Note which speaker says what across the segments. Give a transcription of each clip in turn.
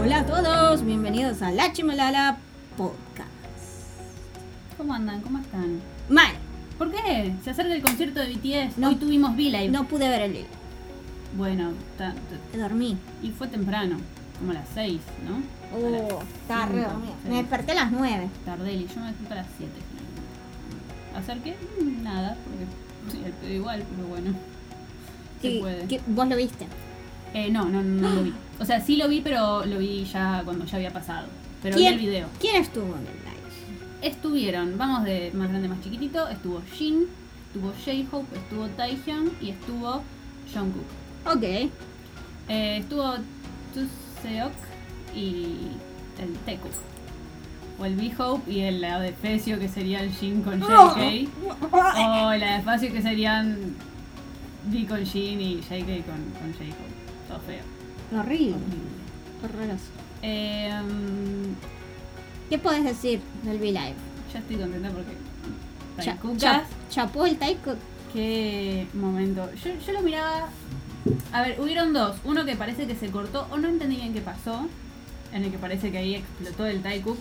Speaker 1: Hola a todos, bienvenidos a La Chimalala Podcast.
Speaker 2: ¿Cómo andan? ¿Cómo están?
Speaker 1: Mal,
Speaker 2: ¿Por qué? Se acerca el concierto de BTS.
Speaker 1: No.
Speaker 2: Hoy tuvimos V-Live.
Speaker 1: no pude ver el hilo,
Speaker 2: Bueno, ta- ta-
Speaker 1: dormí.
Speaker 2: y fue temprano, como a las 6, ¿no? A las
Speaker 1: Oh, estaba re
Speaker 2: cinco,
Speaker 1: dormida.
Speaker 2: sí.
Speaker 1: Me desperté a las 9.
Speaker 2: Tardelli, yo me despierto a las 7 finalmente. ¿Hacer qué? Mm, Nada, porque sí, al pedo igual, pero bueno. Se
Speaker 1: Sí,
Speaker 2: puede.
Speaker 1: que- vos lo viste.
Speaker 2: Eh, no, no, no lo vi. O sea, sí lo vi, pero lo vi ya cuando ya había pasado. Pero
Speaker 1: ¿Quién?
Speaker 2: vi el video.
Speaker 1: ¿Quién estuvo en el live?
Speaker 2: Estuvieron, vamos de más grande a más chiquitito, estuvo Jin, estuvo J-Hope, estuvo Taehyung y estuvo Jungkook.
Speaker 1: Ok,
Speaker 2: Eh, estuvo Tuseok y el Taekook. O el B-Hope y el Adefesio que sería el Jin con
Speaker 1: Oh.
Speaker 2: JK. O el Adefesio que serían D con Jin y JK con, con J-Hope. Todo feo.
Speaker 1: horrible,
Speaker 2: horrible.
Speaker 1: horroroso.
Speaker 2: Em,
Speaker 1: ¿Qué podés decir del V-Live?
Speaker 2: ya estoy contenta porque
Speaker 1: Cha-
Speaker 2: Taekook
Speaker 1: cha- Chapó el Taiko.
Speaker 2: Qué momento. Yo, yo lo miraba. A ver, hubieron dos. Uno que parece que se cortó o no entendí bien qué pasó. En el que parece que ahí explotó el Taikook.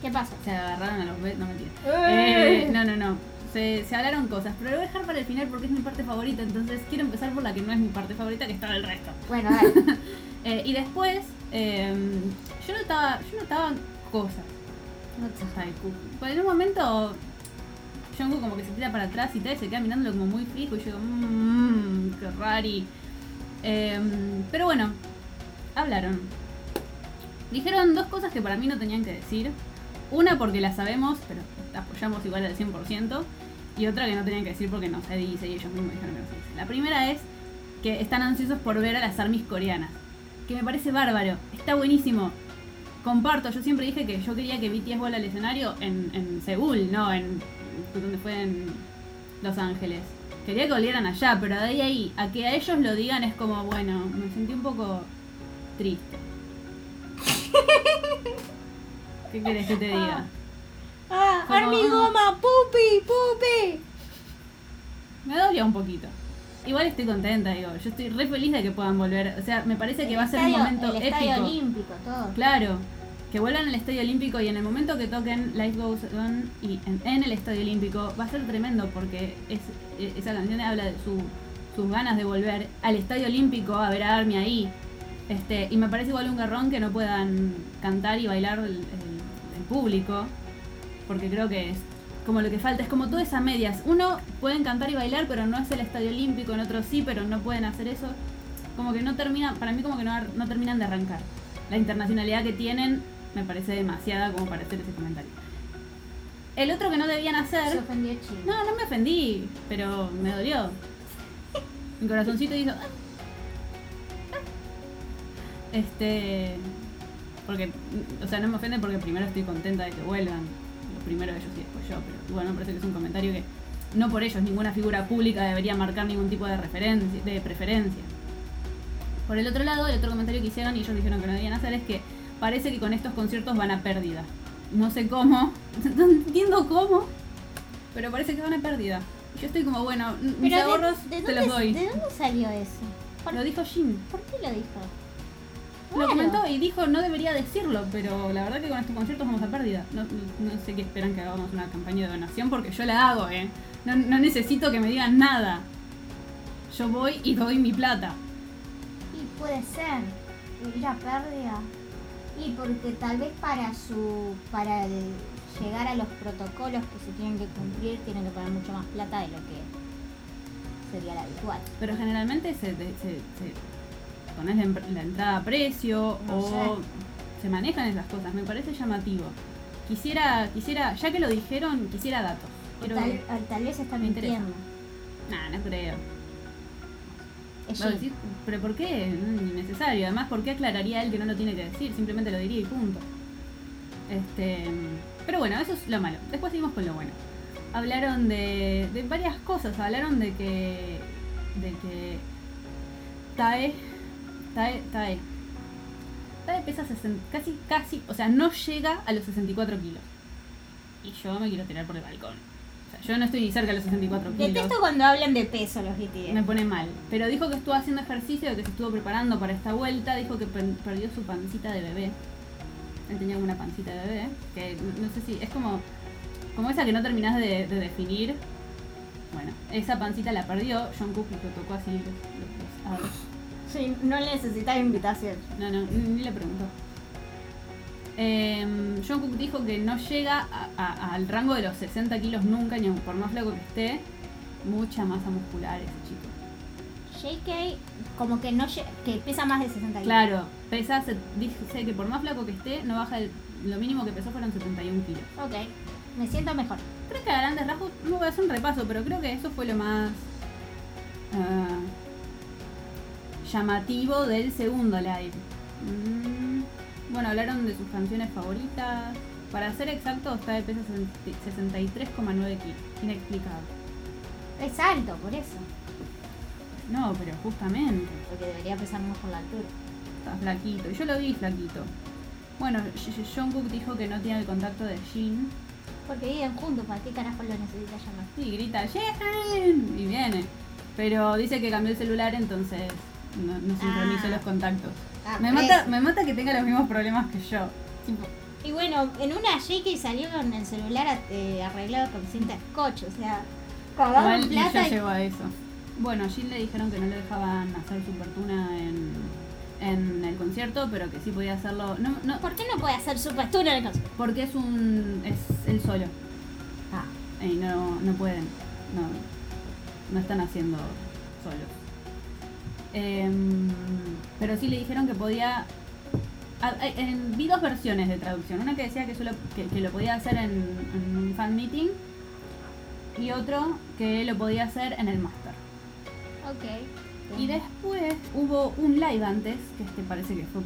Speaker 1: ¿Qué pasa?
Speaker 2: Se agarraron a los besos. No mentira.
Speaker 1: ¡Eh!
Speaker 2: Eh, no, no, no. Se, se hablaron cosas. Pero lo voy a dejar para el final porque es mi parte favorita. Entonces quiero empezar por la que no es mi parte favorita, que está el resto.
Speaker 1: Bueno, dale.
Speaker 2: Eh, y después, eh, yo notaba, yo notaba cosas.
Speaker 1: No te-
Speaker 2: Haiku. Pues en un momento, Jungkook como que se tira para atrás y tal, y se queda mirándolo como muy fijo. Y yo digo, mmm, qué rari. Em, pero bueno, hablaron. Dijeron dos cosas que para mí no tenían que decir. Una porque la sabemos, pero apoyamos igual al 100%. Y otra que no tenían que decir porque no se dice y ellos mismos dijeron que no se dice. La primera es que están ansiosos por ver a las armies coreanas. Que me parece bárbaro. Está buenísimo. Comparto, yo siempre dije que yo quería que BTS vuelva al escenario en, en Seúl, no en. donde fue en Los Ángeles. Quería que volvieran allá, pero de ahí, a ahí a que a ellos lo digan es como, bueno, me sentí un poco triste. ¿Qué querés que te diga?
Speaker 1: ¡Ah!
Speaker 2: Como-
Speaker 1: ¡Armigoma! ¡Pupi! ¡Pupi!
Speaker 2: Me dolió un poquito. Igual estoy contenta, digo, yo estoy re feliz de que puedan volver. O sea, me parece que
Speaker 1: El
Speaker 2: va a ser
Speaker 1: estadio-
Speaker 2: un momento
Speaker 1: el
Speaker 2: épico.
Speaker 1: Estadio olímpico, todo.
Speaker 2: Claro, que vuelvan al Estadio Olímpico y en el momento que toquen Life Goes On y en, en el Estadio Olímpico va a ser tremendo porque es, e- esa canción habla de su- sus ganas de volver al Estadio Olímpico a ver a Army ahí. Este, y me parece igual un garrón que no puedan cantar y bailar el, el- el público, porque creo que es como lo que falta, es como todas esas medias. Uno pueden cantar y bailar, pero no es el Estadio Olímpico, en otro sí, pero no pueden hacer eso. Como que no termina, para mí como que no, ar- no terminan de arrancar la internacionalidad que tienen me parece demasiada como para hacer ese comentario. El otro que no debían
Speaker 1: Se
Speaker 2: hacer.
Speaker 1: ofendió Chile.
Speaker 2: No, no me ofendí, pero me dolió. Mi corazoncito hizo. "Ah". Ah. Este. Porque. O sea, no me ofende porque primero estoy contenta de que vuelvan. Lo primero ellos y después yo, pero igual me parece que es un comentario que no por ellos ninguna figura pública debería marcar ningún tipo de referencia, de preferencia. Por el otro lado, el otro comentario que hicieron y ellos dijeron que no debían hacer es que parece que con estos conciertos van a pérdida. No sé cómo, no entiendo cómo, pero parece que van a pérdida. Yo estoy como, bueno, n- mis
Speaker 1: de-
Speaker 2: ahorros
Speaker 1: ¿de
Speaker 2: te
Speaker 1: dónde,
Speaker 2: los doy.
Speaker 1: ¿De dónde salió eso? ¿Por,
Speaker 2: Lo dijo Jim.
Speaker 1: por qué lo dijo?
Speaker 2: Lo
Speaker 1: Claro.
Speaker 2: comentó y dijo, no debería decirlo, pero la verdad que con estos conciertos vamos a pérdida. No, no- no sé qué esperan que hagamos una campaña de donación porque yo la hago, ¿eh? No, no necesito que me digan nada. Yo voy y doy mi plata.
Speaker 1: Y puede ser. Ir a pérdida. Y porque tal vez para su. para el- llegar a los protocolos que se tienen que cumplir, tienen que pagar mucho más plata de lo que sería la habitual.
Speaker 2: Pero generalmente se, te- se, se pones la, em- la entrada a precio
Speaker 1: No
Speaker 2: o se manejan esas cosas. Me parece llamativo. Quisiera, quisiera, ya que lo dijeron, quisiera datos.
Speaker 1: O
Speaker 2: Quiero-
Speaker 1: tal, o tal vez está
Speaker 2: me interesa.
Speaker 1: mintiendo.
Speaker 2: Nah, no creo.
Speaker 1: Es
Speaker 2: Va a
Speaker 1: Jin.
Speaker 2: decir, pero ¿por qué? Mm, Innecesario. Además, ¿por qué aclararía él que no lo tiene que decir? Simplemente lo diría y punto. Este, pero bueno, eso es lo malo. Después seguimos con lo bueno. Hablaron de, de varias cosas. Hablaron de que. de que. Tae. Tae. Tae. Tae pesa 60 casi, casi. O sea, no llega a los 64 kilos. Y yo me quiero tirar por el balcón. sea, yo no estoy cerca de los 64 kilos.
Speaker 1: Detesto cuando hablan de peso los GTS.
Speaker 2: Me pone mal. Pero dijo que estuvo haciendo ejercicio, que se estuvo preparando para esta vuelta. Dijo que pen- perdió su pancita de bebé. Él tenía como una pancita de bebé. Que no- no sé si. Es como. Como esa que no terminás de, de definir. Bueno, esa pancita la perdió. John Cook lo tocó así. los- los- los- ah,
Speaker 1: Sí, no necesitas invitación.
Speaker 2: no, no, ni ni le preguntó. Em, John Cook dijo que no llega a- a- al rango de los 60 kilos nunca, ni aun por más flaco que esté. Mucha masa muscular ese chico.
Speaker 1: JK, como que no lle- que pesa más de 60 kilos.
Speaker 2: Claro, pesa, se- dice que por más flaco que esté, no baja el- lo mínimo que pesó fueron 71 kilos.
Speaker 1: Ok, me siento mejor.
Speaker 2: Creo que a grandes rasgos, no voy a hacer un repaso, pero creo que eso fue lo más ah, llamativo del segundo live. Mm, bueno, hablaron de sus canciones favoritas. Para ser exacto, está de peso 63,9 kilos. Inexplicable.
Speaker 1: Es alto, por eso.
Speaker 2: No, pero justamente.
Speaker 1: Porque debería pesar más por la altura.
Speaker 2: Está flaquito. Y yo lo vi flaquito. Bueno, John Cook dijo que no tiene el contacto de Jin.
Speaker 1: Porque viven juntos, ¿para qué carajo lo necesitas llamar?
Speaker 2: Y grita, "Llegan", Y viene. Pero dice que cambió el celular, entonces no, no sincronizó
Speaker 1: Ah.
Speaker 2: los contactos.
Speaker 1: Ah,
Speaker 2: Me
Speaker 1: por
Speaker 2: mata,
Speaker 1: eso.
Speaker 2: me mata que tenga los mismos problemas que yo. Tipo,
Speaker 1: Y bueno, en una JK salió con el celular eh, arreglado con cinta scotch, o sea, cagado
Speaker 2: igual
Speaker 1: en
Speaker 2: y ya
Speaker 1: plata. y-
Speaker 2: llegó a eso. Bueno, a Jill le dijeron que no le dejaban hacer su fortuna en, en el concierto, pero que sí podía hacerlo. No, no,
Speaker 1: ¿Por qué no puede hacer su pastura en el concierto?
Speaker 2: porque es un. es el solo.
Speaker 1: Ah,
Speaker 2: Y no, no pueden. No, no están haciendo solos. Em, pero sí le dijeron que podía. a- a- en- vi dos versiones de traducción. Una que decía que, solo, que, que lo podía hacer en, en un fan meeting. Y otro que lo podía hacer en el master.
Speaker 1: ok.
Speaker 2: Y después hubo un live antes, que este parece que fue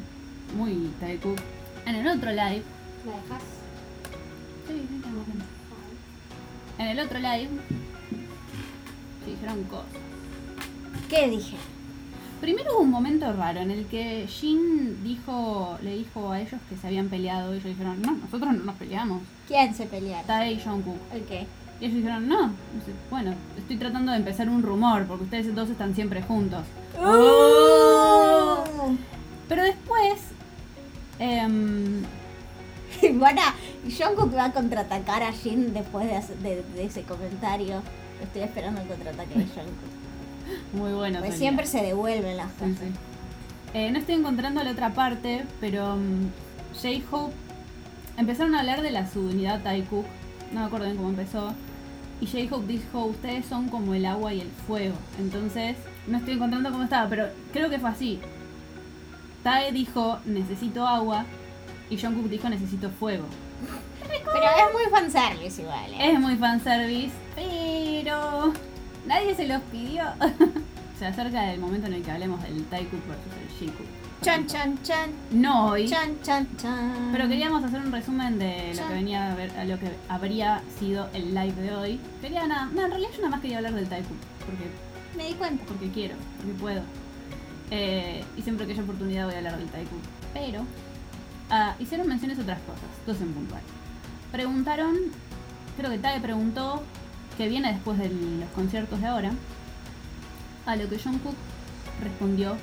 Speaker 2: muy Taeku. En el otro live.
Speaker 1: ¿La dejas?
Speaker 2: En el otro live. Se dijeron cosas.
Speaker 1: ¿Qué dije?
Speaker 2: Primero hubo un momento raro en el que Jin dijo, le dijo a ellos que se habían peleado y ellos dijeron, no, nosotros no nos peleamos.
Speaker 1: ¿Quién se pelearon?
Speaker 2: Tae y Jungkook.
Speaker 1: Ok.
Speaker 2: Y ellos dijeron, no. Y dice, bueno, estoy tratando de empezar un rumor porque ustedes dos están siempre juntos. Oh. Pero después... em,
Speaker 1: Bueno, Jungkook va a contraatacar a Jin después de, hace- de- de ese comentario. Estoy esperando el contraataque de Jungkook.
Speaker 2: muy bueno.
Speaker 1: Pues
Speaker 2: Sonia.
Speaker 1: siempre se devuelven las
Speaker 2: Sí,
Speaker 1: cosas.
Speaker 2: sí. Eh, no estoy encontrando la otra parte, pero mm, J-Hope empezaron a hablar de la subunidad Taekook. No me acuerdo bien cómo empezó. Y J-Hope dijo, ustedes son como el agua y el fuego. Entonces, no estoy encontrando cómo estaba, pero creo que fue así. Tae dijo, necesito agua. Y Jungkook dijo, necesito fuego.
Speaker 1: Pero es muy fanservice igual. ¿eh?
Speaker 2: Es muy fanservice, pero nadie se los pidió. se acerca del momento en el que hablemos del Taekook versus el J-Cook.
Speaker 1: Chan, chan, chan.
Speaker 2: No hoy.
Speaker 1: Chan, chan, chan.
Speaker 2: Pero queríamos hacer un resumen de lo
Speaker 1: Ya.
Speaker 2: que venía a ver, a lo que habría sido el live de hoy. Quería nada, no, en realidad yo nada más quería hablar del Taekook, porque,
Speaker 1: Me di cuenta.
Speaker 2: porque quiero, porque puedo. Eh, y siempre que haya oportunidad voy a hablar del Taekook. Pero ah, hicieron menciones a otras cosas, dos en puntual. Preguntaron, creo que Tae preguntó, que viene después de los conciertos de ahora, a lo que John Cook respondió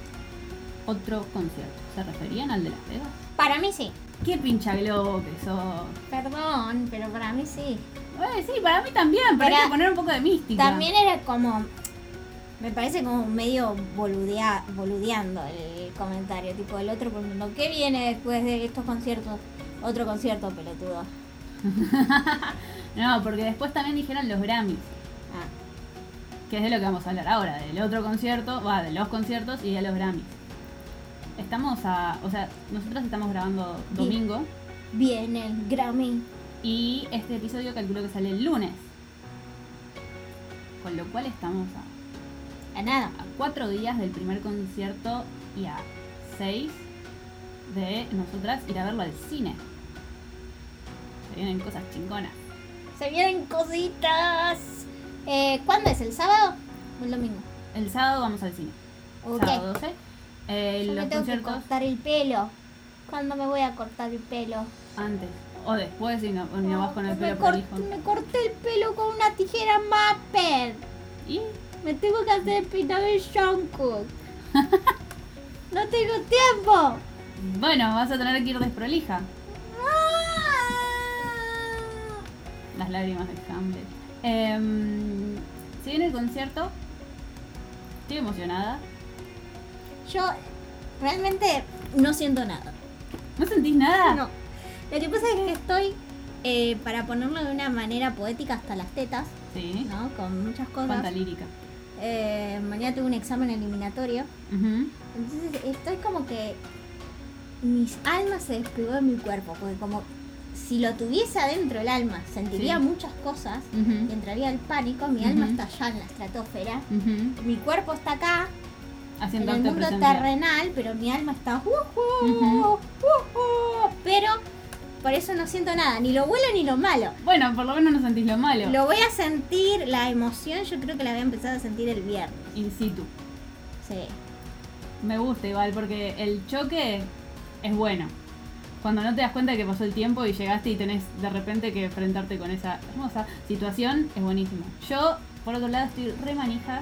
Speaker 2: otro concierto. ¿Se referían al de Las Vegas?
Speaker 1: Para mí sí.
Speaker 2: Qué pincha globo que sos.
Speaker 1: Perdón, pero para mí sí.
Speaker 2: Eh, sí, para mí también, pero hay
Speaker 1: Para-
Speaker 2: que poner un poco de mística.
Speaker 1: También era como. Me parece como medio boludea, boludeando el comentario. Tipo, el otro preguntó: ¿Qué viene después de estos conciertos? Otro concierto, pelotudo.
Speaker 2: No, porque después también dijeron los Grammys,
Speaker 1: Ah,
Speaker 2: que es de lo que vamos a hablar ahora, del otro concierto, va, de los conciertos y de los Grammys. Estamos a, o sea, nosotros estamos grabando domingo
Speaker 1: viene el Grammy.
Speaker 2: y este episodio calculo que sale el lunes. Con lo cual estamos a,
Speaker 1: A nada.
Speaker 2: a cuatro días del primer concierto y a seis de nosotras ir a verlo al cine. Se vienen cosas chingonas.
Speaker 1: Se vienen cositas. Eh, ¿Cuándo es? ¿El sábado o el domingo?
Speaker 2: El sábado vamos al cine.
Speaker 1: Ok.
Speaker 2: Sábado 12. Eh,
Speaker 1: Yo me
Speaker 2: los
Speaker 1: tengo que
Speaker 2: conciertos
Speaker 1: cortar el pelo. ¿Cuándo me voy a cortar el pelo?
Speaker 2: antes. O después y no, no vas con el
Speaker 1: me,
Speaker 2: pelo
Speaker 1: cor-
Speaker 2: prolijo.
Speaker 1: me corté el pelo con una tijera mapper.
Speaker 2: Y
Speaker 1: Me tengo que hacer el peinado Jungkook. no tengo tiempo.
Speaker 2: bueno, vas a tener que ir desprolija.
Speaker 1: Ah.
Speaker 2: Las lágrimas de Hamlet. Em, se viene el concierto. Estoy emocionada.
Speaker 1: Yo realmente no siento nada.
Speaker 2: ¿No sentís nada?
Speaker 1: No. Lo que pasa es que estoy, eh, para ponerlo de una manera poética, hasta las tetas,
Speaker 2: Sí.
Speaker 1: ¿no? Con muchas
Speaker 2: Cuánta
Speaker 1: cosas.
Speaker 2: lírica.
Speaker 1: Eh, mañana tengo un examen eliminatorio.
Speaker 2: Ujú.
Speaker 1: Entonces estoy como que mis almas se despegó de mi cuerpo, porque como si lo tuviese adentro el alma, sentiría
Speaker 2: Sí.
Speaker 1: muchas cosas,
Speaker 2: Ujú.
Speaker 1: y entraría el pánico, mi alma
Speaker 2: Ujú.
Speaker 1: está allá en la estratosfera,
Speaker 2: Ujú.
Speaker 1: mi cuerpo está acá, en
Speaker 2: Haciendo
Speaker 1: el mundo
Speaker 2: autopresencia.
Speaker 1: terrenal, pero mi alma está... ¡uh, "Ujú,
Speaker 2: Ujú.
Speaker 1: ujú". uh, Pero por eso no siento nada, ni lo bueno ni lo malo.
Speaker 2: Bueno, por lo menos no sentís lo malo.
Speaker 1: Lo voy a sentir, la emoción yo creo que la voy a empezar a sentir el viernes.
Speaker 2: In situ.
Speaker 1: Sí.
Speaker 2: Me gusta igual, porque el choque es bueno. Cuando no te das cuenta que pasó el tiempo y llegaste y tenés de repente que enfrentarte con esa hermosa situación, es buenísimo. Yo, por otro lado, estoy re manija.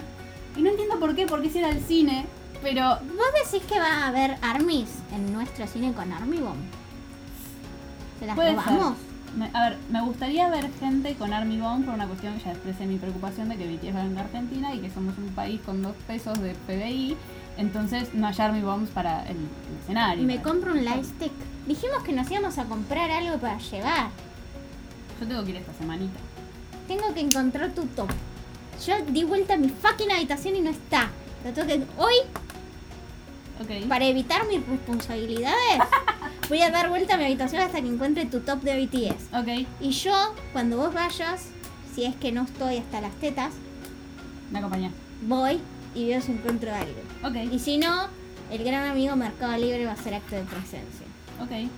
Speaker 2: Y no entiendo por qué, porque si era el cine, pero
Speaker 1: ¿Vos decís que va a haber armies en nuestro cine con Army Bomb? ¿Se las
Speaker 2: Puede
Speaker 1: robamos?
Speaker 2: Me- a ver, me gustaría ver gente con Army Bomb por una cuestión que ya expresé mi preocupación de que BTS va a venir a Argentina y que somos un país con dos pesos de PBI, entonces no hay Army Bombs para el, el escenario.
Speaker 1: Me compro un lightstick. Dijimos que nos íbamos a comprar algo para llevar.
Speaker 2: Yo tengo que ir esta semanita.
Speaker 1: Tengo que encontrar tu top. Yo di vuelta a mi fucking habitación y no está. Lo tengo que- Hoy,
Speaker 2: Ok.
Speaker 1: para evitar mis responsabilidades, voy a dar vuelta a mi habitación hasta que encuentre tu top de BTS.
Speaker 2: ok,
Speaker 1: Y yo, cuando vos vayas, si es que no estoy hasta las tetas,
Speaker 2: me acompañás.
Speaker 1: voy y veo si encuentro algo.
Speaker 2: Ok,
Speaker 1: Y si no, el gran amigo Mercado Libre va a ser acto de presencia.
Speaker 2: ok.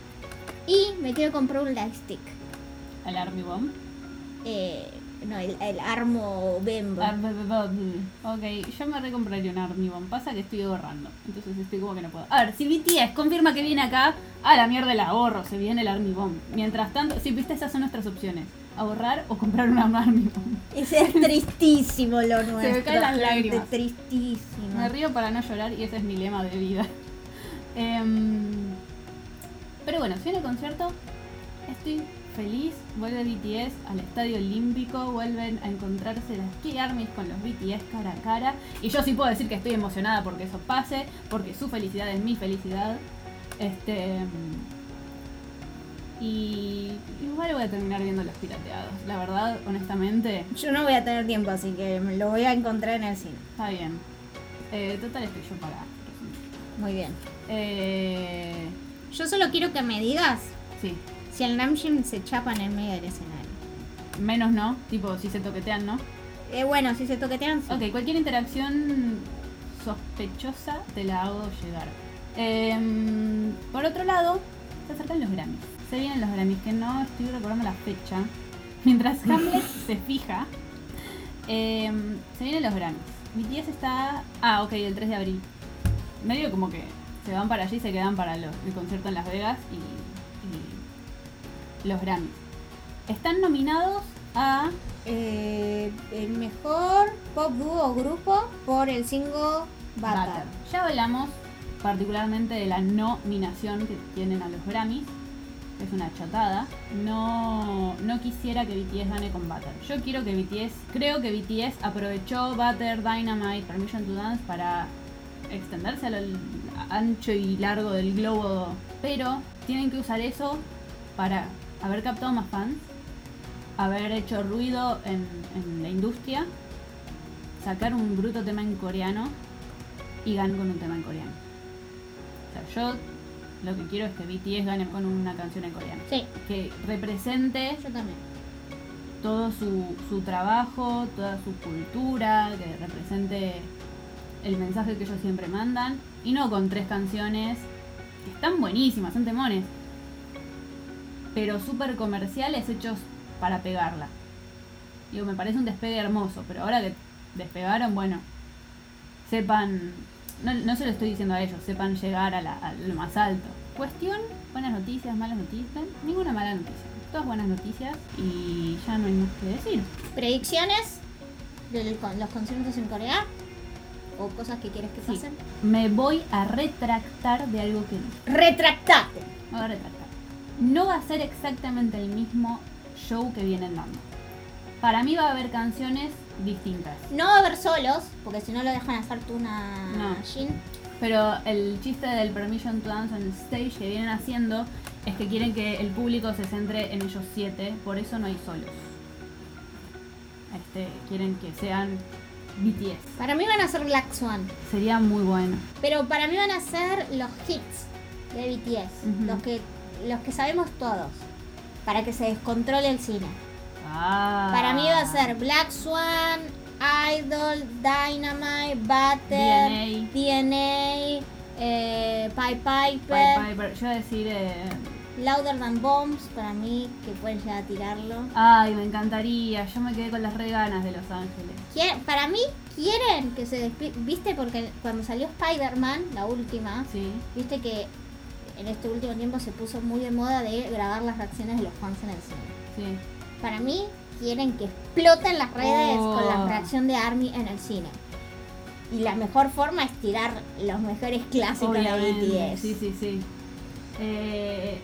Speaker 1: Y me quiero comprar un lightstick.
Speaker 2: El Army Bomb.
Speaker 1: Eh, no, el, el armo bembo.
Speaker 2: Ar- b- b- b- mm. Ok, yo me recompraría un Army Bomb. Pasa que estoy ahorrando, entonces estoy como que no puedo. A ver, si BTS confirma que viene acá, a la mierda el ahorro, se viene el Army Bomb. Mientras tanto, si viste, esas son nuestras opciones. Ahorrar o comprar una Army Bomb.
Speaker 1: Ese es tristísimo lo nuestro.
Speaker 2: caen las
Speaker 1: gente,
Speaker 2: lágrimas.
Speaker 1: Tristísimo.
Speaker 2: Me río para no llorar y ese es mi lema de vida. Em, pero bueno, si viene el concierto, estoy feliz. Vuelve BTS al Estadio Olímpico, vuelven a encontrarse las Key Armies con los BTS cara a cara. Y yo sí puedo decir que estoy emocionada porque eso pase, porque su felicidad es mi felicidad. Este. em, Y igual voy a terminar viendo los pirateados. La verdad, honestamente,
Speaker 1: Yo no voy a tener tiempo, así que me lo voy a encontrar en el cine.
Speaker 2: está bien. Eh, total, estoy yo para resumir.
Speaker 1: Muy bien.
Speaker 2: Eh,
Speaker 1: Yo solo quiero que me digas
Speaker 2: sí,
Speaker 1: si el Namjoon se chapa en el medio del escenario.
Speaker 2: menos no, tipo si se toquetean, ¿no?
Speaker 1: Eh, bueno, si se toquetean, sí.
Speaker 2: Ok, cualquier interacción sospechosa te la hago llegar. Em, por otro lado, se acercan los Grammys. Se vienen los Grammys, que no estoy recordando la fecha. Mientras Hamlet se fija, em, se vienen los Grammys. Mi tía se está... Ah, ok, el 3 de abril. Medio como que se van para allí y se quedan para lo- el concierto en Las Vegas y, y los Grammys. Están nominados a...
Speaker 1: Eh, el mejor pop dúo o grupo por el single Butter.
Speaker 2: Butter. Ya hablamos particularmente de la nominación que tienen a los Grammys, que es una chotada. No, no quisiera que BTS gane con Butter. Yo quiero que BTS, creo que BTS aprovechó Butter, Dynamite, Permission to Dance para extenderse al ancho y largo del globo, pero tienen que usar eso para haber captado más fans, haber hecho ruido en, en la industria, sacar un bruto tema en coreano y ganan con un tema en coreano. O sea, yo lo que quiero es que BTS gane con una canción en coreano.
Speaker 1: Sí,
Speaker 2: Que represente
Speaker 1: yo también.
Speaker 2: todo su, su trabajo, toda su cultura, que represente el mensaje que ellos siempre mandan. Y no con tres canciones que están buenísimas, son temones. Pero súper comerciales hechos para pegarla. Digo, me parece un despegue hermoso, pero ahora que despegaron, bueno, sepan, no, no se lo estoy diciendo a ellos, sepan llegar a, la- a lo más alto. Cuestión, buenas noticias, malas noticias, ninguna mala noticia. todas buenas noticias y ya no hay más que decir.
Speaker 1: ¿Predicciones de los conciertos en Corea? ¿O cosas que quieres que
Speaker 2: Sí.
Speaker 1: pasen?
Speaker 2: Me voy a retractar de algo que dije.
Speaker 1: Retractate.
Speaker 2: Me voy a retractar. No va a ser exactamente el mismo show que vienen dando. Para mí va a haber canciones distintas.
Speaker 1: No va a haber solos, porque si no lo dejan hacer tú una
Speaker 2: No.
Speaker 1: Jin.
Speaker 2: Pero el chiste del Permission to Dance on Stage que vienen haciendo es que quieren que el público se centre en ellos siete, por eso no hay solos. Este, quieren que sean BTS.
Speaker 1: Para mí van a ser Black Swan.
Speaker 2: Sería muy bueno.
Speaker 1: Pero para mí van a ser los hits de BTS.
Speaker 2: Ujú.
Speaker 1: Los que los que sabemos todos. Para que se descontrole el cine.
Speaker 2: Ah.
Speaker 1: Para mí va a ser Black Swan, Idol, Dynamite, Butter,
Speaker 2: DNA,
Speaker 1: DNA, eh, Pied Piper,
Speaker 2: Pied Piper. Yo voy a decir. eh,
Speaker 1: Louder Than Bombs, para mí, que pueden llegar a tirarlo.
Speaker 2: Ay, me encantaría. Yo me quedé con las reganas de Los Ángeles.
Speaker 1: Quier- para mí, quieren que se despli- Viste, porque cuando salió Spider-Man, la última,
Speaker 2: Sí.
Speaker 1: viste que en este último tiempo se puso muy de moda de grabar las reacciones de los fans en el cine.
Speaker 2: Sí.
Speaker 1: Para mí, quieren que exploten las redes
Speaker 2: Oh.
Speaker 1: con la reacción de Army en el cine. Y la mejor forma es tirar los mejores clásicos de
Speaker 2: Obviamente.
Speaker 1: BTS.
Speaker 2: Sí, sí, sí. Eh,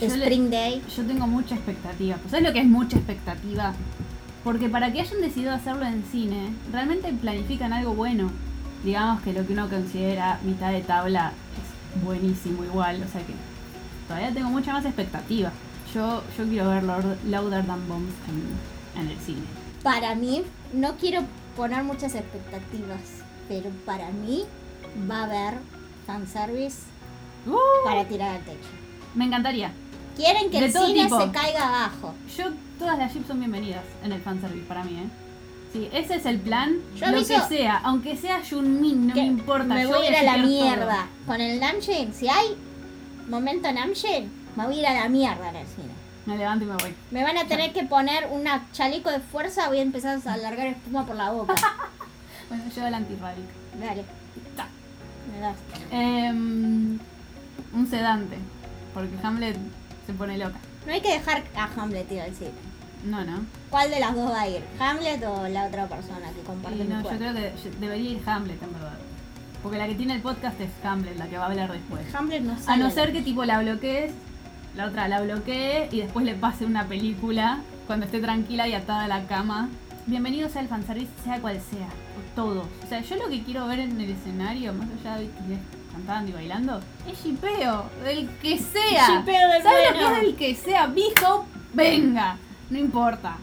Speaker 2: yo le-
Speaker 1: Spring Day.
Speaker 2: Yo tengo mucha expectativa. Pues, ¿Sabes lo que es mucha expectativa? Porque para que hayan decidido hacerlo en cine, realmente planifican algo bueno. Digamos que lo que uno considera mitad de tabla es buenísimo igual. O sea que todavía tengo mucha más expectativa. Yo, yo quiero ver Lord- Louder Than Bombs en, en el cine.
Speaker 1: Para mí, no quiero poner muchas expectativas, pero para mí va a haber fanservice
Speaker 2: ¡Uh!
Speaker 1: para tirar al techo.
Speaker 2: Me encantaría.
Speaker 1: Quieren que
Speaker 2: De
Speaker 1: el
Speaker 2: todo
Speaker 1: cine
Speaker 2: tipo.
Speaker 1: se caiga abajo.
Speaker 2: Yo, todas las chips son bienvenidas en el fanservice para mí, ¿eh? Sí, ese es el plan.
Speaker 1: Yo
Speaker 2: lo
Speaker 1: aviso-
Speaker 2: que sea, aunque sea Junmin, no
Speaker 1: Que
Speaker 2: me importa.
Speaker 1: Me
Speaker 2: yo
Speaker 1: voy a ir a la
Speaker 2: shipear todo.
Speaker 1: mierda. Con el Namjoon, si hay momento Namjoon, me voy a ir a la mierda en el cine.
Speaker 2: Me levanto y me voy.
Speaker 1: Me van a tener que poner un chaleco de fuerza, voy a empezar a alargar espuma por la boca.
Speaker 2: Bueno, yo el antirrábico.
Speaker 1: Dale.
Speaker 2: Ta.
Speaker 1: Me das.
Speaker 2: Em, un sedante, porque Hamlet se pone loca.
Speaker 1: No hay que dejar a Hamlet ir al cine.
Speaker 2: No, no.
Speaker 1: ¿Cuál de las dos va a ir? ¿Hamlet o la otra persona que comparte
Speaker 2: Y
Speaker 1: mi
Speaker 2: no, yo
Speaker 1: cuerpo?
Speaker 2: creo que yo- debería ir Hamlet, en verdad. Porque la que tiene el podcast es Hamlet, la que va a hablar después.
Speaker 1: Hamlet no
Speaker 2: A
Speaker 1: sale.
Speaker 2: no ser que tipo la bloquees, la otra la bloquee y después le pase una película cuando esté tranquila y atada a la cama. Bienvenido sea el fanservice, sea cual sea, o todos. O sea, yo lo que quiero ver en el escenario, más allá de que cantando y bailando, es shipeo, del que sea.
Speaker 1: Shippeo del
Speaker 2: ¿Sabes lo
Speaker 1: bueno.
Speaker 2: que es del que sea? Bijo, venga, no importa.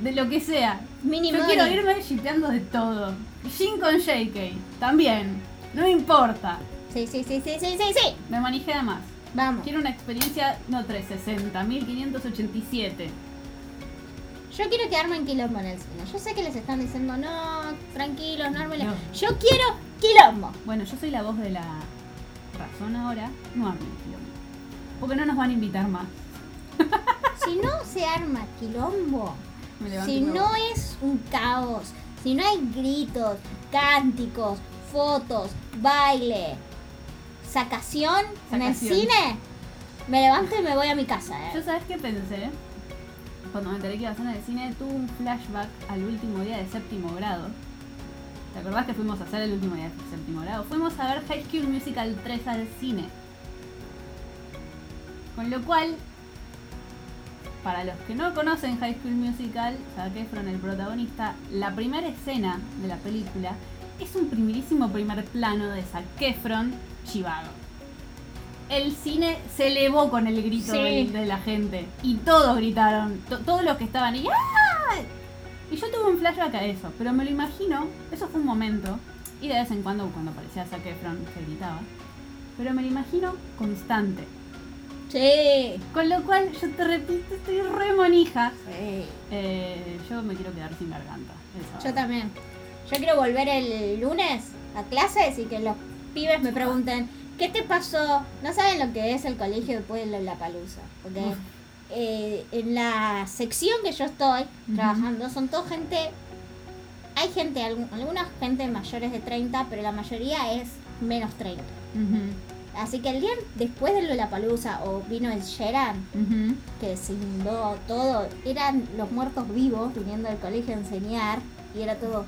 Speaker 2: De lo que sea.
Speaker 1: Mini
Speaker 2: Yo
Speaker 1: Money.
Speaker 2: quiero irme shipeando de todo. Jin con JK, también, no importa.
Speaker 1: Sí, sí, sí, sí, sí, sí, sí.
Speaker 2: Me manijea más.
Speaker 1: Vamos.
Speaker 2: Quiero una experiencia, no 360, 1587.
Speaker 1: Yo quiero quedarme en quilombo en el cine. Yo sé que les están diciendo, no, tranquilos, no armen la-".
Speaker 2: No.
Speaker 1: Yo quiero quilombo.
Speaker 2: Bueno, yo soy la voz de la razón ahora, no armen quilombo. Porque no nos van a invitar más.
Speaker 1: Si no se arma quilombo,
Speaker 2: Me levanto
Speaker 1: Si
Speaker 2: y me
Speaker 1: no
Speaker 2: voy.
Speaker 1: es un caos, si no hay gritos, cánticos, fotos, baile, sacación, en el
Speaker 2: Sacación.
Speaker 1: cine, me levanto y me voy a mi casa.
Speaker 2: Yo
Speaker 1: ¿eh?
Speaker 2: sabes qué pensé, cuando me enteré que iba a hacer en el cine, tuve un flashback al último día de séptimo grado. ¿Te acordás que fuimos a hacer el último día de séptimo grado? Fuimos a ver High School Musical 3 al cine. Con lo cual, para los que no conocen High School Musical, Zac Efron, el protagonista, la primera escena de la película es un primerísimo primer plano de Zac Efron chivado. El cine se elevó con el grito
Speaker 1: Sí.
Speaker 2: del- de la gente y todos gritaron, to- todos los que estaban ahí. ¡ah! Y yo tuve un flashback a eso, pero me lo imagino, eso fue un momento, y de vez en cuando cuando aparecía Zac Efron se gritaba, pero me lo imagino constante.
Speaker 1: Sí.
Speaker 2: Con lo cual, yo te repito, estoy re monija.
Speaker 1: Sí.
Speaker 2: Eh, yo me quiero quedar sin garganta. el sábado.
Speaker 1: Yo también. Yo quiero volver el lunes a clases y que los pibes me pregunten, ¿qué te pasó? No saben lo que es el colegio después de la palusa. Porque
Speaker 2: Uf.
Speaker 1: eh, en la sección que yo estoy trabajando son todo gente, hay gente, algu- alguna gente mayores de 30, pero la mayoría es menos 30.
Speaker 2: Ujú.
Speaker 1: Así que el día después de Lollapalooza o vino el Sheran,
Speaker 2: Ujú.
Speaker 1: que se inundó todo, eran los muertos vivos viniendo al colegio a enseñar y era todo.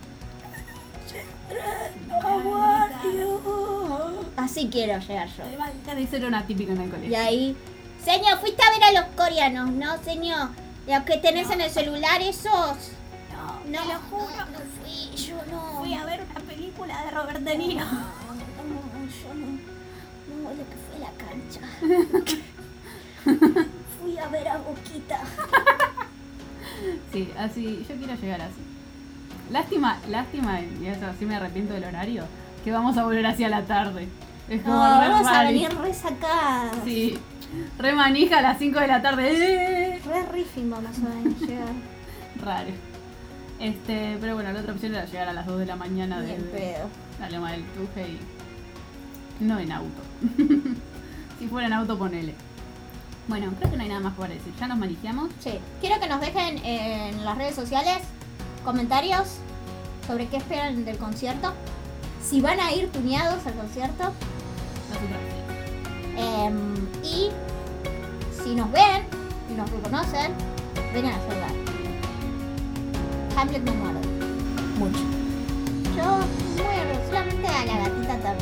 Speaker 1: Así quiero llegar yo.
Speaker 2: Levantar y ser una típica en el
Speaker 1: Y
Speaker 2: colegio.
Speaker 1: ahí, señor, fuiste a ver a los coreanos, ¿no, señor? Los que tenés en el celular esos.
Speaker 3: No,
Speaker 1: No,
Speaker 3: te lo juro.
Speaker 1: no fui, yo no.
Speaker 3: Fui a ver una película de Robert De Niro.
Speaker 1: No, no, yo no. No, lo que fue a la cancha. Fui a ver a Boquita.
Speaker 2: Sí, así, yo quiero llegar así. Lástima, lástima, y eso sí me arrepiento del horario, que vamos a volver hacia la tarde. Es
Speaker 1: No,
Speaker 2: como re
Speaker 1: vamos a
Speaker 2: mani-
Speaker 1: venir resacadas.
Speaker 2: Sí, re manija a las 5 de la tarde. ¡eh!
Speaker 1: Re riffing vamos a venir llegar.
Speaker 2: Raro. Este, pero bueno, la otra opción era llegar a las 2 de la mañana
Speaker 1: Ni
Speaker 2: de,
Speaker 1: en pedo.
Speaker 2: la Loma del Tuje y. No en auto. si fuera en auto, ponele. Bueno, creo que no hay nada más para decir. Ya nos manejamos.
Speaker 1: Sí. Quiero que nos dejen en las redes sociales comentarios sobre qué esperan del concierto. Si van a ir tuneados al concierto.
Speaker 2: Nosotras sí.
Speaker 1: Em, y si nos ven y nos reconocen, vengan a saludar. Hamlet me muerde. Mucho. Yo muero solamente a la gatita también.